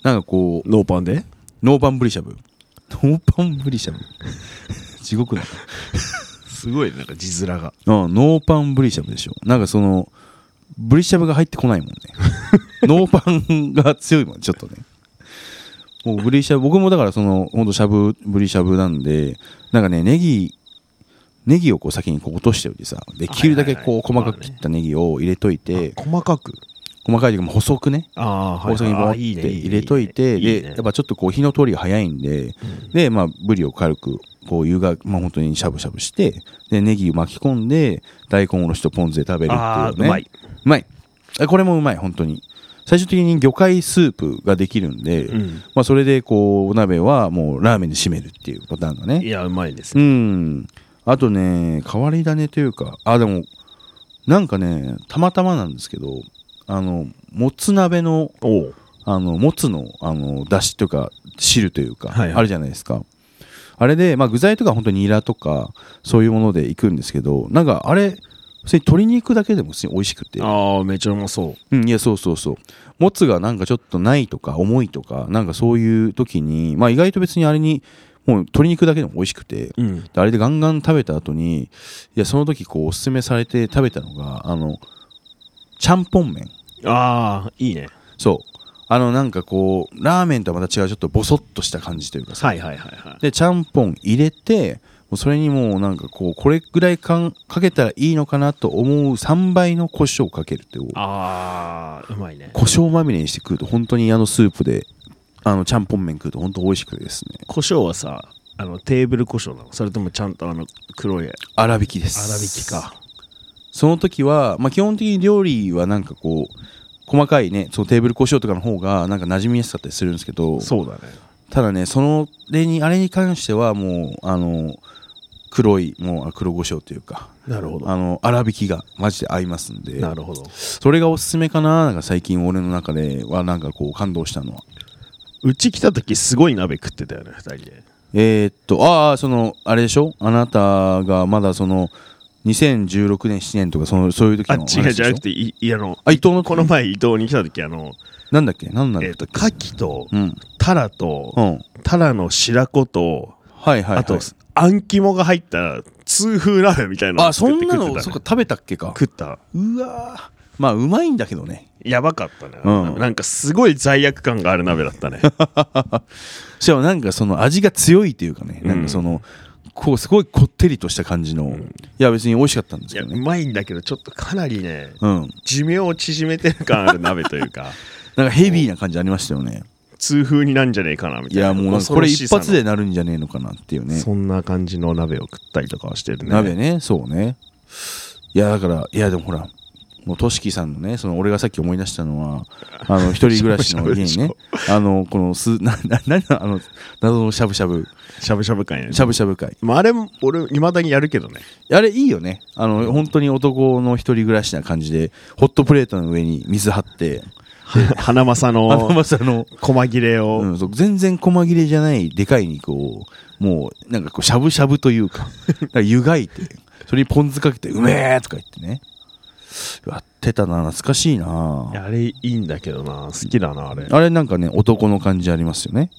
Speaker 2: あ
Speaker 1: なんかこう
Speaker 2: ノーパンで
Speaker 1: ノーパンブリしゃぶ ノーパンブリしゃぶ 地獄だな
Speaker 2: すごいなんか字面が
Speaker 1: うん、ノーパンブリシャブでしょなんかそのブリシャブが入ってこない もんねノーパンが強いもんちょっとねもうブリシャブ僕もだからそのほんとしゃぶブリシャブなんでなんかねネギネギをこう先にこう落としておいてさできるだけこう
Speaker 2: はい
Speaker 1: 細
Speaker 2: はいはい
Speaker 1: かく切ったネギを入れといて
Speaker 2: 細かく
Speaker 1: 細かいというかもう細くね
Speaker 2: ああ
Speaker 1: 大阪にボーって入れといてでやっぱちょっとこう火の通りが早いんででまあブリを軽くこう湯がまあ本当にしゃぶしゃぶしてでネギ巻き込んで大根おろしとポン酢で食べるっていうね
Speaker 2: ああうまいう
Speaker 1: まいあこれもうまい本当に最終的に魚介スープができるんで、
Speaker 2: うん
Speaker 1: まあ、それでこうお鍋はもうラーメンで締めるっていうパターンがね
Speaker 2: いやうまいです
Speaker 1: う
Speaker 2: ね
Speaker 1: ん。あとね、変わり種というか、あ、でも、なんかね、たまたまなんですけど、あの、もつ鍋の、
Speaker 2: おう
Speaker 1: あの、もつの、あの、だしというか、汁というか、
Speaker 2: はいはい
Speaker 1: あるじゃないですか。あれで、まあ、具材とか本当にニラとか、そういうものでいくんですけど、なんかあれ、普通に鶏肉だけでも普通に美味しくて。
Speaker 2: ああめちゃうまそう
Speaker 1: うん、いや、そうそうそう。もつがなんかちょっとないとか、重いとか、なんかそういう時に、まあ、意外と別にあれに、もう鶏肉だけでも美味しくて、
Speaker 2: うん
Speaker 1: であれでガンガン食べた後にいやその時こうおすすめされて食べたのがあのちゃんぽん麺
Speaker 2: ああいいね
Speaker 1: そうあのなんかこうラーメンとはまた違うちょっとボソッとした感じというかさ
Speaker 2: はいはいはいはい
Speaker 1: でちゃんぽん入れてもうそれにもうなんかこうこれぐらいかんかけたらいいのかなと思う3倍の胡椒をかけるっていう
Speaker 2: ああうまいね
Speaker 1: 胡椒まみれにして食うと本当にあのスープであのちゃんぽん麺食うと本当美味しくてですね
Speaker 2: 胡椒はさあのテーブル胡椒なのそれともちゃんとあの黒い粗
Speaker 1: 粗挽きです
Speaker 2: 挽きか
Speaker 1: その時は、まあ、基本的に料理はなんかこう細かいねそのテーブル胡椒とかの方がなんか馴染みやすかったりするんですけど
Speaker 2: そうだね
Speaker 1: ただねその例にあれに関してはもうあの黒いもうあ黒胡椒というか
Speaker 2: なるほど
Speaker 1: あの粗挽きがマジで合いますんで
Speaker 2: なるほど
Speaker 1: それがおすすめかななんか最近俺の中ではなんかこう感動したのは
Speaker 2: うち来た時すごい鍋食ってたよね二人で
Speaker 1: えーっとああそのあれでしょあなたがまだその2016年7年とかそのそういう時
Speaker 2: あ
Speaker 1: の話
Speaker 2: 違う
Speaker 1: で
Speaker 2: じ
Speaker 1: し
Speaker 2: ゃ
Speaker 1: ょ
Speaker 2: なくていいやあの
Speaker 1: あ伊藤の
Speaker 2: この前伊東に来た時あの
Speaker 1: なんだっけなんだっけ、
Speaker 2: えっと牡蠣と
Speaker 1: うん
Speaker 2: タラと
Speaker 1: うん
Speaker 2: タラの白子と
Speaker 1: はいはい、はい、
Speaker 2: あとあん肝が入った痛風ラーメンみたいなのを
Speaker 1: あそ
Speaker 2: 作っ
Speaker 1: ん
Speaker 2: て
Speaker 1: な
Speaker 2: 食って
Speaker 1: の
Speaker 2: た
Speaker 1: そっ
Speaker 2: ね
Speaker 1: か食べたっけか
Speaker 2: 食った
Speaker 1: うわーまあうまいんだけどね
Speaker 2: やばかったね
Speaker 1: うん
Speaker 2: なんかすごい罪悪感がある鍋だっ たね
Speaker 1: しかもなんかその味が強いというかね、
Speaker 2: うん
Speaker 1: なんかそのこうすごいこってりとした感じの、いや別に美味しかったんです
Speaker 2: い
Speaker 1: け
Speaker 2: や
Speaker 1: ど
Speaker 2: う
Speaker 1: ね
Speaker 2: まいんだけどちょっとかなりね
Speaker 1: うん
Speaker 2: 寿命を縮めてる感ある鍋という か
Speaker 1: なんかヘビーな感じありましたよね
Speaker 2: 痛風になんじゃねえかなみた
Speaker 1: い
Speaker 2: いな
Speaker 1: やもうなんか
Speaker 2: 恐
Speaker 1: こ
Speaker 2: ろ
Speaker 1: れ
Speaker 2: し
Speaker 1: 一
Speaker 2: さの
Speaker 1: 発でなるんじゃねえのかなっていうね
Speaker 2: そんな感じの鍋を食ったりとかはしてるね
Speaker 1: 鍋ねそうねいやだからいやでもほらもうとしきさんのねその俺がさっき思い出したの はあの一人暮らしの家に
Speaker 2: しゃぶしゃ
Speaker 1: ね
Speaker 2: ぶで
Speaker 1: あのこのすなな ななあの謎のしゃぶしゃぶ
Speaker 2: しゃぶしゃぶ感やね
Speaker 1: しゃぶしゃぶ会
Speaker 2: まあ、あれも俺いまだにやるけどね
Speaker 1: あれいいよねあの本当に男の一人暮らしな感じでホットプレートの上に水張って
Speaker 2: 花正
Speaker 1: あの
Speaker 2: の
Speaker 1: まさの、
Speaker 2: 細切れを、
Speaker 1: うん、そう全然細切れじゃないでかい肉をもうなんかこうしゃぶしゃぶという かなんか湯がいてそれにポン酢かけて「うめえ!」とか言ってねやってたな懐かしいない
Speaker 2: やあれいいんだけどな好きだなあれ
Speaker 1: あれなんかね男の感じありますよね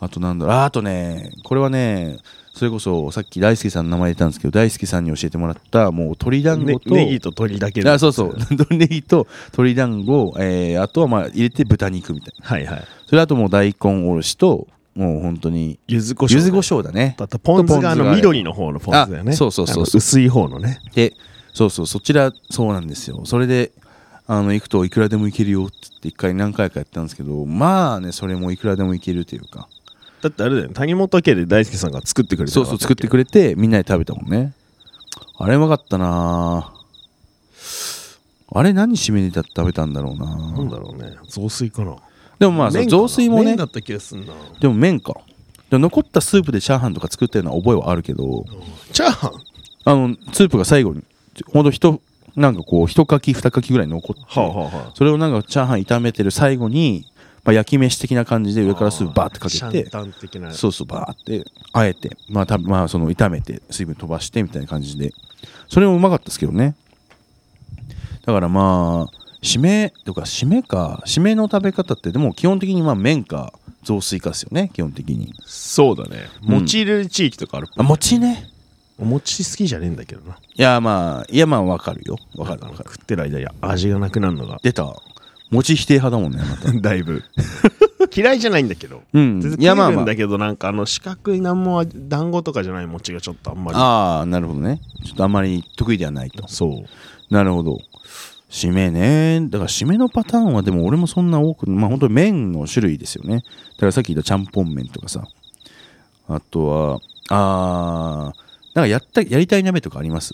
Speaker 1: あとなんだろうああとねこれはねそれこそさっき大輔さんの名前出たんですけど大輔さんに教えてもらったもう鶏団
Speaker 2: ね
Speaker 1: 子と、
Speaker 2: ネギと鶏だけで
Speaker 1: あそう そうネギと鶏団子、えー、あとはまあ入れて豚肉みたいな
Speaker 2: はいはい
Speaker 1: それあともう大根おろしともう本当に
Speaker 2: 柚子胡椒
Speaker 1: 柚子胡椒だね
Speaker 2: だったポン酢が
Speaker 1: ポン
Speaker 2: あ
Speaker 1: 酢が
Speaker 2: の
Speaker 1: ね
Speaker 2: 緑の方のポン酢だよね
Speaker 1: あそうそうそうそう
Speaker 2: あの薄い方のね
Speaker 1: でそうそうそちらそうなんですよそれであの行くといくらでもいけるよって言って一回何回かやったんですけどまあねそれもいくらでもいけるというか
Speaker 2: だってあれだよね谷本家で大輔さんが作ってくれた
Speaker 1: そうそう作ってく
Speaker 2: れ
Speaker 1: れてみんなで食べたもんねあれうまかったなあれ何締めに食べたんだろうな
Speaker 2: なんだろうね雑炊かな
Speaker 1: でもまあそう
Speaker 2: 麺かな
Speaker 1: 雑炊もね
Speaker 2: 麺だった気がすんな
Speaker 1: でも麺かで残ったスープでチャーハンとか作ったような覚えはあるけど
Speaker 2: チャーハン
Speaker 1: あのスープが最後にほんとひとなんかこう一かき二かきぐらい残って、
Speaker 2: はあはあはあ
Speaker 1: それをなんかチャーハン炒めてる最後に、まあ、焼き飯的な感じで上からスープバーってか
Speaker 2: シ
Speaker 1: け
Speaker 2: ャン
Speaker 1: て
Speaker 2: タン的な
Speaker 1: そうそうバーってあえて、まあ、たまあその炒めて水分飛ばしてみたいな感じでそれもうまかったですけどねだからまあ締めとか締めか締めの食べ方ってでも基本的にまあ麺か雑炊かですよね基本的に
Speaker 2: そうだね
Speaker 1: うん
Speaker 2: 餅入れる地域とかある、
Speaker 1: あ餅ね
Speaker 2: お餅好きじゃねえんだけどない
Speaker 1: やまあいやまあわかるよわかるわかる
Speaker 2: 食ってる間に味がなくなるのが
Speaker 1: 出た餅否定派だもんねまた
Speaker 2: だいぶ嫌いじゃないんだけど
Speaker 1: うん
Speaker 2: 全然
Speaker 1: いやまあ
Speaker 2: 食える
Speaker 1: ま
Speaker 2: ん
Speaker 1: あ
Speaker 2: だけどなんかあの四角いなんも味団子とかじゃない餅がちょっとあんまり
Speaker 1: ああなるほどねちょっとあまり得意ではないと
Speaker 2: そう
Speaker 1: なるほど締めねだから締めのパターンはでも俺もそんな多くまあ本当に麺の種類ですよねだからさっき言ったちゃんぽん麺とかさあとはあーなんかやったやりたい鍋とかあります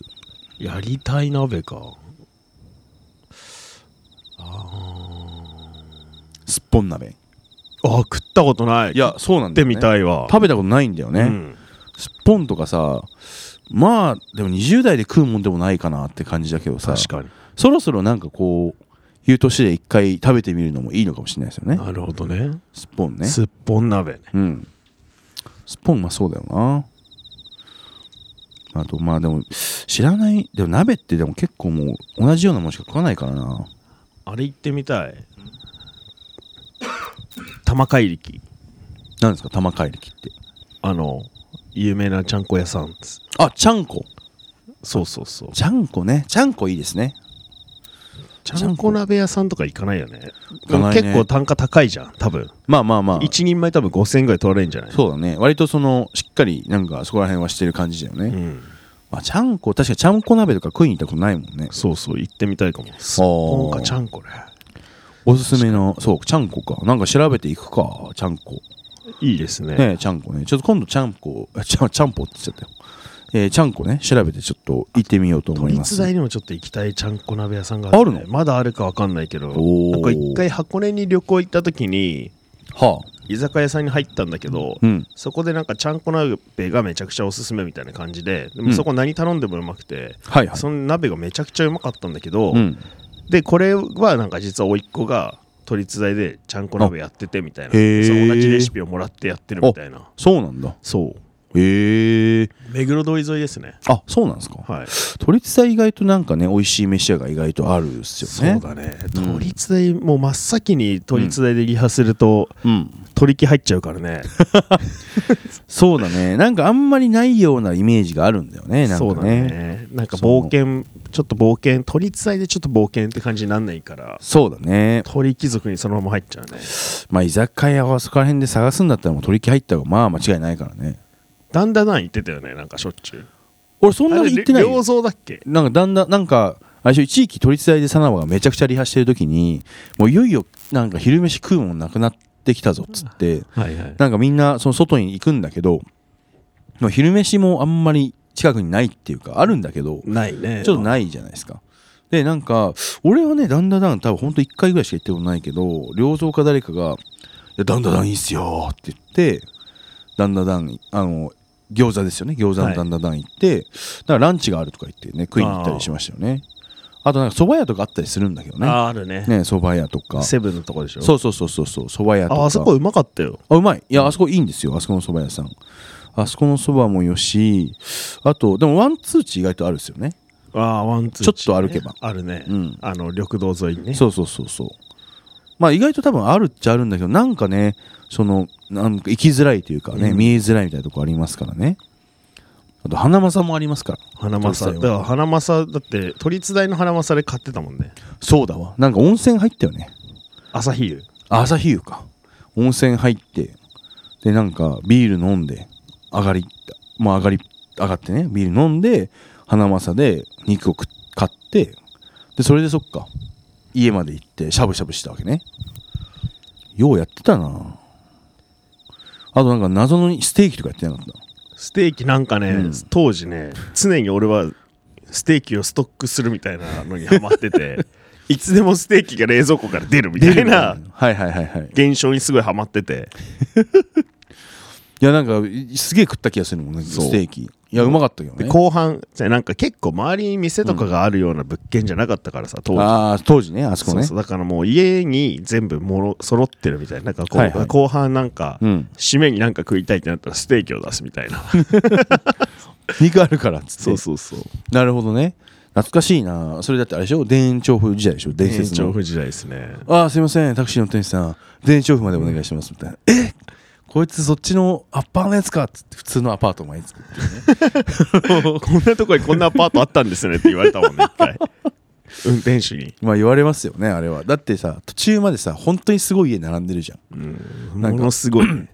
Speaker 2: やりたい鍋かあ
Speaker 1: すっぽん鍋
Speaker 2: ーあー食ったことない
Speaker 1: いやそうなんだ
Speaker 2: 食って
Speaker 1: よ、ね、
Speaker 2: みたいわ
Speaker 1: 食べたことないんだよね、
Speaker 2: うん
Speaker 1: すっぽんとかさまあでも20代で食うもんでもないかなって感じだけどさ
Speaker 2: 確かに
Speaker 1: そろそろなんかこういう年で一回食べてみるのもいいのかもしれないですよね
Speaker 2: なるほどね
Speaker 1: すっぽんね
Speaker 2: すっぽん鍋ね
Speaker 1: うん。スポンはそうだよな。あと、まあでも、知らない、でも鍋ってでも結構もう同じようなものしか食わないからな。
Speaker 2: あれ行ってみたい玉怪力
Speaker 1: なんですか、玉帰りきって。
Speaker 2: あの有名なちゃんこ屋さんです
Speaker 1: あ、ちゃんこ。
Speaker 2: そうそうそう
Speaker 1: ちゃんこね。ちゃんこいいですね。
Speaker 2: ちゃんこ鍋屋さんとか行かないよね
Speaker 1: 行かないね
Speaker 2: 結構単価高いじゃん多分
Speaker 1: まあまあまあ。
Speaker 2: 一人前多分5000円ぐらい取られるんじゃない
Speaker 1: そうだね。割とその、しっかり、なんかそこら辺はしてる感じだよね。
Speaker 2: うん、
Speaker 1: まあ、ちゃんこ、確かにちゃんこ鍋とか食いに行ったことないもんね。
Speaker 2: そうそう行ってみたいかもすっぽんかちゃんこね
Speaker 1: おすすめの、そう、ちゃんこか。なんか調べていくか、ちゃんこ。
Speaker 2: いいですね
Speaker 1: ねえ、ちゃんこね。ちょっと今度ちゃんこ、 あちゃちゃんぽって言っちゃったよ。えーちゃんこね、調べてちょっと行ってみようと
Speaker 2: 都
Speaker 1: 思いま
Speaker 2: 立
Speaker 1: す。
Speaker 2: 大にもちょっと行きたいちゃんこ鍋屋さんがあって
Speaker 1: あるの
Speaker 2: まだあるかわかんないけど
Speaker 1: おー
Speaker 2: なんか一回箱根に旅行行った時に
Speaker 1: はあ。
Speaker 2: 居酒屋さんに入ったんだけど、
Speaker 1: うん。
Speaker 2: そこでなんかちゃんこ鍋がめちゃくちゃおすすめみたいな感じでで
Speaker 1: う
Speaker 2: も
Speaker 1: ん
Speaker 2: そこ何頼んでもうまくて、
Speaker 1: はいはい。
Speaker 2: その鍋がめちゃくちゃうまかったんだけど、
Speaker 1: うん。
Speaker 2: でこれはなんか実は甥っ子が都立大でちゃんこ鍋やっててみたいな
Speaker 1: あへー
Speaker 2: そう同じレシピをもらってやってるみたいな
Speaker 1: そうなんだ。
Speaker 2: そう
Speaker 1: へえ。
Speaker 2: 目黒通り沿いですね
Speaker 1: あ、そうなんですか。
Speaker 2: はい
Speaker 1: 都立大意外となんかね、美味しい飯屋が意外とあるっすよね。
Speaker 2: そうだね
Speaker 1: うん
Speaker 2: 都立大、もう真っ先に都立大でリハすると、
Speaker 1: うん。
Speaker 2: 取り木入っちゃうからね
Speaker 1: そうだね。なんかあんまりないようなイメージがあるんだよね。なんか
Speaker 2: そ
Speaker 1: ね。
Speaker 2: うだねなんか冒険ちょっと冒険都立大でちょっと冒険って感じになんないから
Speaker 1: そうだね。
Speaker 2: 鳥貴族にそのまま入っちゃうね
Speaker 1: まあ、居酒屋はそこら辺で探すんだったらもう取り木入った方がまあ間違いないからね。
Speaker 2: だんだんなん言ってたよねなんかしょっちゅう
Speaker 1: 俺そんなに行ってない
Speaker 2: あ
Speaker 1: よ
Speaker 2: れり良造だっけ
Speaker 1: なんかだんだんなんかあれでしょ一時期都立大でサナバがめちゃくちゃリハしてる時にもういよいよなんか昼飯食うもんなくなってきたぞっつって
Speaker 2: はいはい
Speaker 1: なんかみんなその外に行くんだけどもう昼飯もあんまり近くにないっていうかあるんだけどち
Speaker 2: ないね
Speaker 1: ょっとないじゃないですか。でなんか俺はねだんだんだん多分ほんと1回ぐらいしか行ったことないけど良造か誰かが「いやだんだだんいいっすよ」って言ってだんだだんあの餃子ですよね餃子のだんだだん行って、だからランチがあるとか言ってね食いに行ったりしましたよねあとなんか蕎麦屋とかあったりするんだけどね
Speaker 2: ああるね
Speaker 1: ね蕎麦屋とかそ
Speaker 2: セブンのとこでしょ
Speaker 1: うそうそうそうそう蕎麦屋とか
Speaker 2: ああそこうまかったよ
Speaker 1: あうまいいやあそこいいんですよあそこの蕎麦屋さんあそこの蕎麦もよしあとでもワンツーチ意外とあるですよね
Speaker 2: ああワンツー
Speaker 1: ちょっと歩けば
Speaker 2: あるね、
Speaker 1: うん
Speaker 2: あの緑道沿いにね
Speaker 1: そうそうそうそうまあ意外と多分あるっちゃあるんだけどなんかねそのなんか行きづらいというかね、
Speaker 2: うん
Speaker 1: 見えづらいみたいなとこありますからねあと花正もありますから
Speaker 2: 花正
Speaker 1: 鳥栖
Speaker 2: だか
Speaker 1: 大は
Speaker 2: ら花正だって都立大の花正で買ってたもんね
Speaker 1: そうだわなんか温泉入ったよね
Speaker 2: 朝日湯
Speaker 1: あ朝日湯か温泉入ってでなんかビール飲んで上がりまあ上がり上がってねビール飲んで花正で肉を食っ買ってでそれでそっか家まで行ってしゃぶしゃぶしたわけねようやってたなあとなんか謎のステーキとかやってなかった
Speaker 2: ステーキなんかね、
Speaker 1: うん
Speaker 2: 当時ね常に俺はステーキをストックするみたいなのにハマって ていつでもステーキが冷蔵庫から出るみたいな
Speaker 1: はいはいはいはい
Speaker 2: 現象にすごいハマってて
Speaker 1: いやなんかいすげえ食った気がするもんね
Speaker 2: そう
Speaker 1: ステーキいやうまかったけど
Speaker 2: で
Speaker 1: ね
Speaker 2: 後半じゃあなんか結構周りに店とかがあるような物件じゃなかったからさ当時
Speaker 1: ああ当時ねあそこ
Speaker 2: そ
Speaker 1: ね
Speaker 2: うそうだからもう家に全部もろ揃ってるみたいななんかこう、
Speaker 1: はいはい
Speaker 2: 後半なんか、
Speaker 1: うん
Speaker 2: 締めになんか食いたいってなったらステーキを出すみたいな
Speaker 1: 肉あるからっつって
Speaker 2: そうそうそう
Speaker 1: なるほどね。懐かしいなそれだってあれでしょ田園調布時代でしょ伝
Speaker 2: 伝
Speaker 1: 説
Speaker 2: 調
Speaker 1: の
Speaker 2: 布時代ですね
Speaker 1: ああすいませんタクシーの店主さん田園調布までお願いしますみたいな、えこいつそっちのアッパーのやつかっつって普通のアパート前に作って
Speaker 2: こんなとこにこんなアパートあったんですねって言われたもんね一回運転手に、
Speaker 1: まあ言われますよねあれはだってさ途中までさ本当にすごい家並んでるじゃん
Speaker 2: うん、
Speaker 1: なん
Speaker 2: も
Speaker 1: か
Speaker 2: のすごいね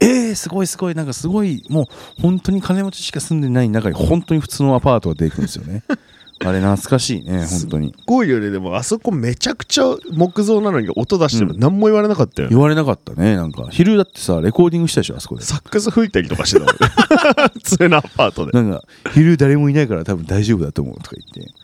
Speaker 1: えー、すごいすごいなんかすごいもう本当に金持ちしか住んでない中に本当に普通のアパートが出てくるんです よねあれ懐かしいね本当に
Speaker 2: すっごいよねでもあそこめちゃくちゃ木造なのに音出しても何も言われなかったよね、
Speaker 1: 言われなかったねなんか昼だってさレコーディングしたでしょあそこで
Speaker 2: サックス吹いたりとかしてたもんね 普通のアパートで
Speaker 1: なんか昼誰もいないから多分大丈夫だと思うとか言って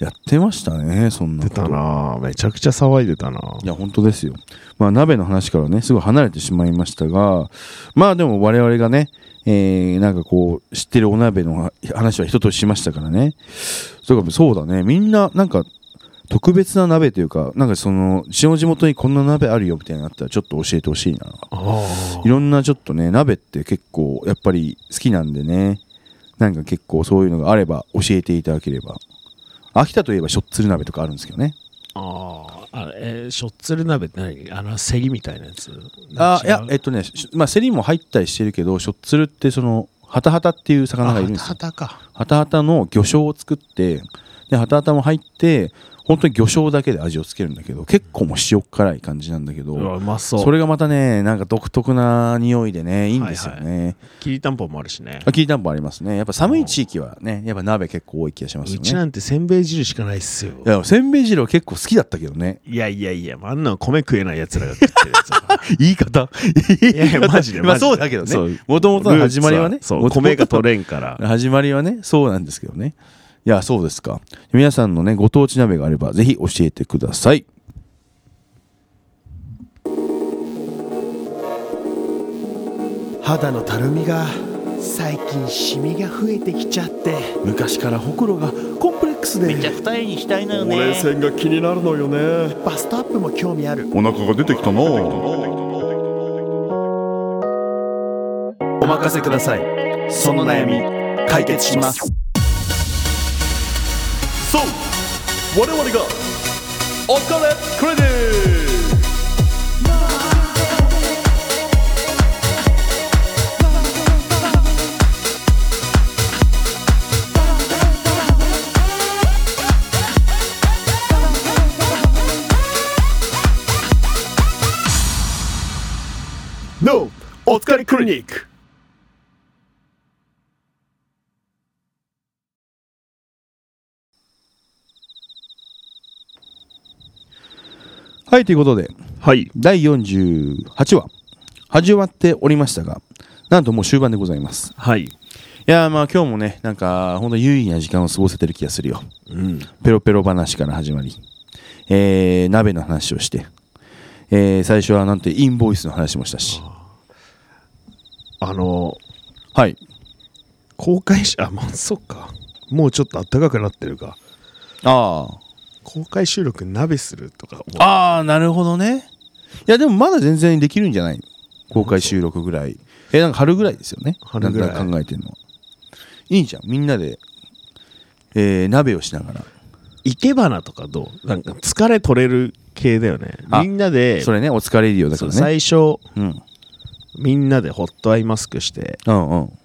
Speaker 1: やってましたねそんな
Speaker 2: 出
Speaker 1: こと
Speaker 2: たなぁめちゃくちゃ騒いでたなぁ
Speaker 1: いや本当ですよ、まあ、鍋の話からねすぐ離れてしまいましたがまあでも我々がね、えーなんかこう知ってるお鍋の話は人としましたからねそうかそうだねみんななんか特別な鍋というかなんかそのうちの地元にこんな鍋あるよみたいなのあったらちょっと教えてほしいな
Speaker 2: あ
Speaker 1: いろんなちょっとね鍋って結構やっぱり好きなんでねなんか結構そういうのがあれば教えていただければ秋田といえばしょっつる鍋とかあるんですけどね
Speaker 2: ああれしょっつる鍋って何あのセリみたいなやつ
Speaker 1: あいやえっとね、しまあ、セリも入ったりしてるけどしょっつるってそのハタハタっていう魚がいるんですよ
Speaker 2: たか
Speaker 1: ハタハタの魚醤を作ってでハタハタも入って本当に魚醤だけで味をつけるんだけど結構もう塩辛い感じなんだけ
Speaker 2: う
Speaker 1: ど、
Speaker 2: わうまそう
Speaker 1: それがまたねなんか独特な匂いでねいいんですよね、
Speaker 2: きりたんぽもあるしね
Speaker 1: あきりたんぽありますねやっぱ寒い地域はねやっぱ鍋結構多い気がします
Speaker 2: う
Speaker 1: よ
Speaker 2: ち
Speaker 1: ね
Speaker 2: なんてせんべい汁しかないっすよ
Speaker 1: いやせんべい汁は結構好きだったけどね
Speaker 2: いやいやいやあんなの米食えないやつらが食ってるやつだ から
Speaker 1: 言い方
Speaker 2: いやいやマ ジで
Speaker 1: まあ
Speaker 2: マジで
Speaker 1: そうだけど
Speaker 2: そう
Speaker 1: ねもともとの始まりはね
Speaker 2: ルーツそう
Speaker 1: 元々
Speaker 2: 米が取れんから
Speaker 1: 始まりはねそうなんですけどねいやそうですか皆さんのねご当地鍋があればぜひ教えてください
Speaker 5: 肌のたるみが最近シミが増えてきちゃって昔からほくろがコンプレックスで
Speaker 6: 二重にしたいのよ
Speaker 7: 俺線が気になるのよね
Speaker 5: バストアップも興味ある
Speaker 7: お腹が出てきたな
Speaker 5: お任せくださいその悩み解決します
Speaker 7: そう我々がお金クレディ
Speaker 2: ノーお疲れクリニック
Speaker 1: はいということで
Speaker 2: はい
Speaker 1: 第48話始まっておりましたがなんともう終盤でございます
Speaker 2: はい
Speaker 1: いやーまあ今日もねなんかほんと有意義な時間を過ごせてる気がするよ
Speaker 2: うん
Speaker 1: ペロペロ話から始まり、えー、鍋の話をして、えー、最初はなんてインボイスの話もしたし
Speaker 2: あの
Speaker 1: はい
Speaker 2: 公開しあまあそっかもうちょっと暖かくなってるか
Speaker 1: ああ
Speaker 2: 公開収録鍋するとか思う
Speaker 1: ああなるほどねいやでもまだ全然できるんじゃない公開収録ぐらいえなんか春ぐらいですよね
Speaker 2: 春ぐらい
Speaker 1: なんだか考えてるのはいいじゃんみんなで、えー鍋をしながら
Speaker 2: 生け花とかどうなんか疲れ取れる系だよね
Speaker 1: あ
Speaker 2: みんなで
Speaker 1: それねお疲れるようだか
Speaker 2: そう
Speaker 1: らね
Speaker 2: 最初
Speaker 1: うん
Speaker 2: みんなでホットアイマスクして
Speaker 1: うんうん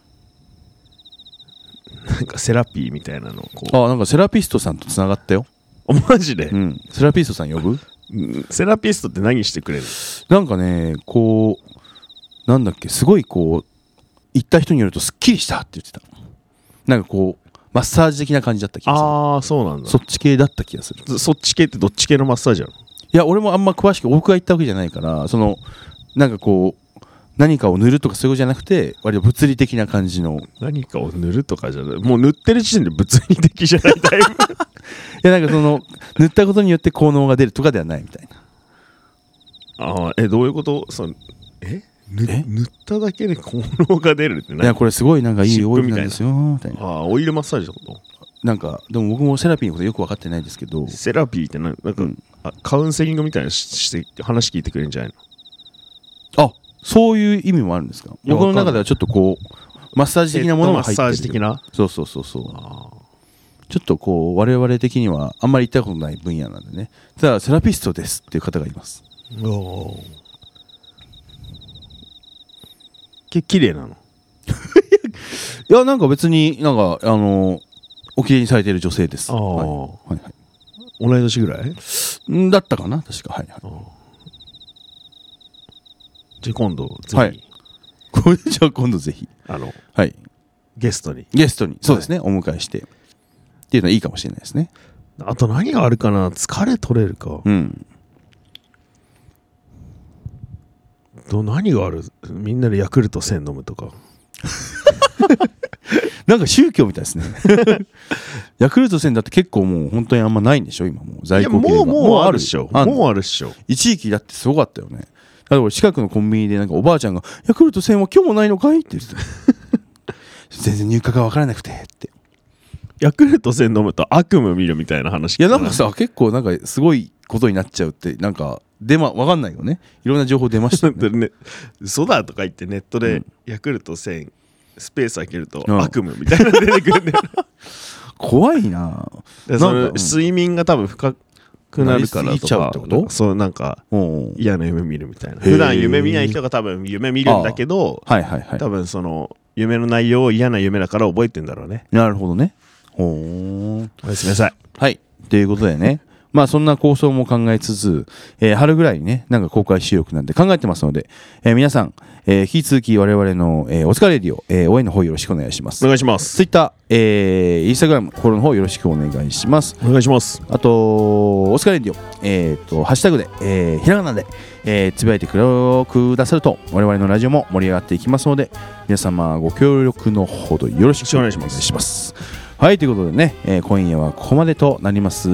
Speaker 2: なんかセラピーみたいなのをこう
Speaker 1: あなんかセラピストさんとつながったよ、
Speaker 2: あマジで
Speaker 1: う、ん、セラピストさん呼ぶ
Speaker 2: うんセラピストって何してくれる
Speaker 1: なんかねこうなんだっけすごいこう行った人によるとすっきりしたって言ってたなんかこうマッサージ的な感じだった気がする
Speaker 2: ああそうなんだ
Speaker 1: そっち系だった気がする
Speaker 2: そっち系ってどっち系のマッサージなの
Speaker 1: いや俺もあんま詳しく僕が行ったわけじゃないからそのなんかこう何かを塗るとかそういうことじゃなくて割と物理的な感じのい
Speaker 2: 何かを塗るとかじゃないもう塗ってる時点で物理的じゃないだいぶ
Speaker 1: やなんかその塗ったことによって効能が出るとかではないみたいな
Speaker 2: ああえどういうことそのえぬ
Speaker 1: え
Speaker 2: 塗っただけで効能が出るって
Speaker 1: いや
Speaker 2: 何
Speaker 1: これすごいなんかいい
Speaker 2: 湿布
Speaker 1: オイルなんですよみたいな
Speaker 2: ああオイルマッサージのこと
Speaker 1: なんかでも僕もセラピーのことよく分かってないですけど
Speaker 2: セラピーってななんか、あカウンセリングみたいなのしして話聞いてくれるんじゃない
Speaker 1: あそういう意味もあるんですか
Speaker 2: や
Speaker 1: 僕の
Speaker 2: わかんない
Speaker 1: 中ではちょっとこうマッサージ的なものも入ってる
Speaker 2: ヘッドマッサージ的な
Speaker 1: そうそうそうそうちょっとこう我々的にはあんまり行ったことない分野なんでねただセラピストですっていう方がいます
Speaker 2: おーき綺麗なの
Speaker 1: いやなんか別になんかあのお綺麗にされてる女性です
Speaker 2: あー
Speaker 1: はいはいは
Speaker 2: 同い年ぐらい
Speaker 1: いんだったかな確かはいはい
Speaker 2: じゃあ今度ぜひ、
Speaker 1: はいこれじゃあ今度ぜひ
Speaker 2: あの
Speaker 1: はい
Speaker 2: ゲストに
Speaker 1: ゲストにそうですね、お迎えしてっていうのはいいかもしれないですね
Speaker 2: あと何があるかな疲れ取れるか、
Speaker 1: うん
Speaker 2: ど何があるみんなでヤクルト1000飲むとか
Speaker 1: なんか宗教みたいですね ヤクルト1000だって結構もう本当にあんまないんでしょ今もう在
Speaker 2: いや
Speaker 1: 庫
Speaker 2: も
Speaker 1: 切れが
Speaker 2: うもうあるっしょ
Speaker 1: あんの
Speaker 2: もうあるっしょ
Speaker 1: 一時期だってすごかったよね例えば近くのコンビニでなんかおばあちゃんが「ヤクルト1000は今日もないのかい?」って言って た全然入荷が分からなくてって
Speaker 2: ヤクルト1000飲むと悪夢見るみたいな話
Speaker 1: いやなんか さ結構なんかすごいことになっちゃうってなんか出ま分かんないよねいろんな情報出ました
Speaker 2: だっ
Speaker 1: よ
Speaker 2: て
Speaker 1: ね
Speaker 2: ね嘘だとか言ってネット
Speaker 1: う
Speaker 2: で
Speaker 1: ん
Speaker 2: ヤクルト1000スペース開けると
Speaker 1: うん
Speaker 2: 悪夢みたいなの出てくるん だよ
Speaker 1: 怖いなな
Speaker 2: で
Speaker 1: んか
Speaker 2: その
Speaker 1: うん
Speaker 2: 睡眠が多分深くなるから
Speaker 1: なりすぎ
Speaker 2: と
Speaker 1: ちゃうっ
Speaker 2: か
Speaker 1: てこと
Speaker 2: そうなんか
Speaker 1: うん
Speaker 2: 嫌な夢見るみたいな
Speaker 1: へー
Speaker 2: 普段夢見ない人が多分夢見るんだけど
Speaker 1: はいはいはい
Speaker 2: 多分その夢の内容を嫌な夢だから覚えてんだろうね
Speaker 1: なるほどねほーん
Speaker 2: おやすみなさい
Speaker 1: はい。ということでね。まあそんな構想も考えつつ、えー春ぐらいにね、なんか公開収録なんで考えてますので、えー皆さん、えー引き続き我々の、えーお疲れレディオ、えー応援の方よろしくお願いしま
Speaker 2: お
Speaker 1: す。
Speaker 2: 願いします
Speaker 1: ツイッター、えー、インスタグラム、フォローの方よろしくお願いします。
Speaker 2: お願いします
Speaker 1: あと、お疲れレディオ、えー、と、ハッシュタグで、えーひらがなで、えーつぶやいてくれくださると、我々のラジオも盛り上がっていきますので、皆様ご協力のほどよろしくお願いします。はい、ということでね、えー今夜はここまでとなります。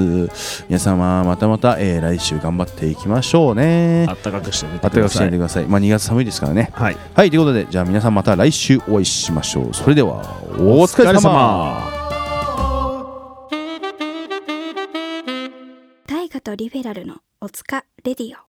Speaker 1: 皆様、またまた、えー来週頑張っていきましょうね
Speaker 2: あ。ったかくして
Speaker 1: あ
Speaker 2: みて
Speaker 1: った
Speaker 2: く
Speaker 1: か
Speaker 2: だ
Speaker 1: くしな
Speaker 2: さ
Speaker 1: いで
Speaker 2: い
Speaker 1: ください。まあ、2月寒いですからね。
Speaker 2: はい
Speaker 1: はい、ということで、じゃあ皆さんまた来週お会いしましょう。それでは、お疲れ様
Speaker 4: 大河とリベラルのおつかレディオ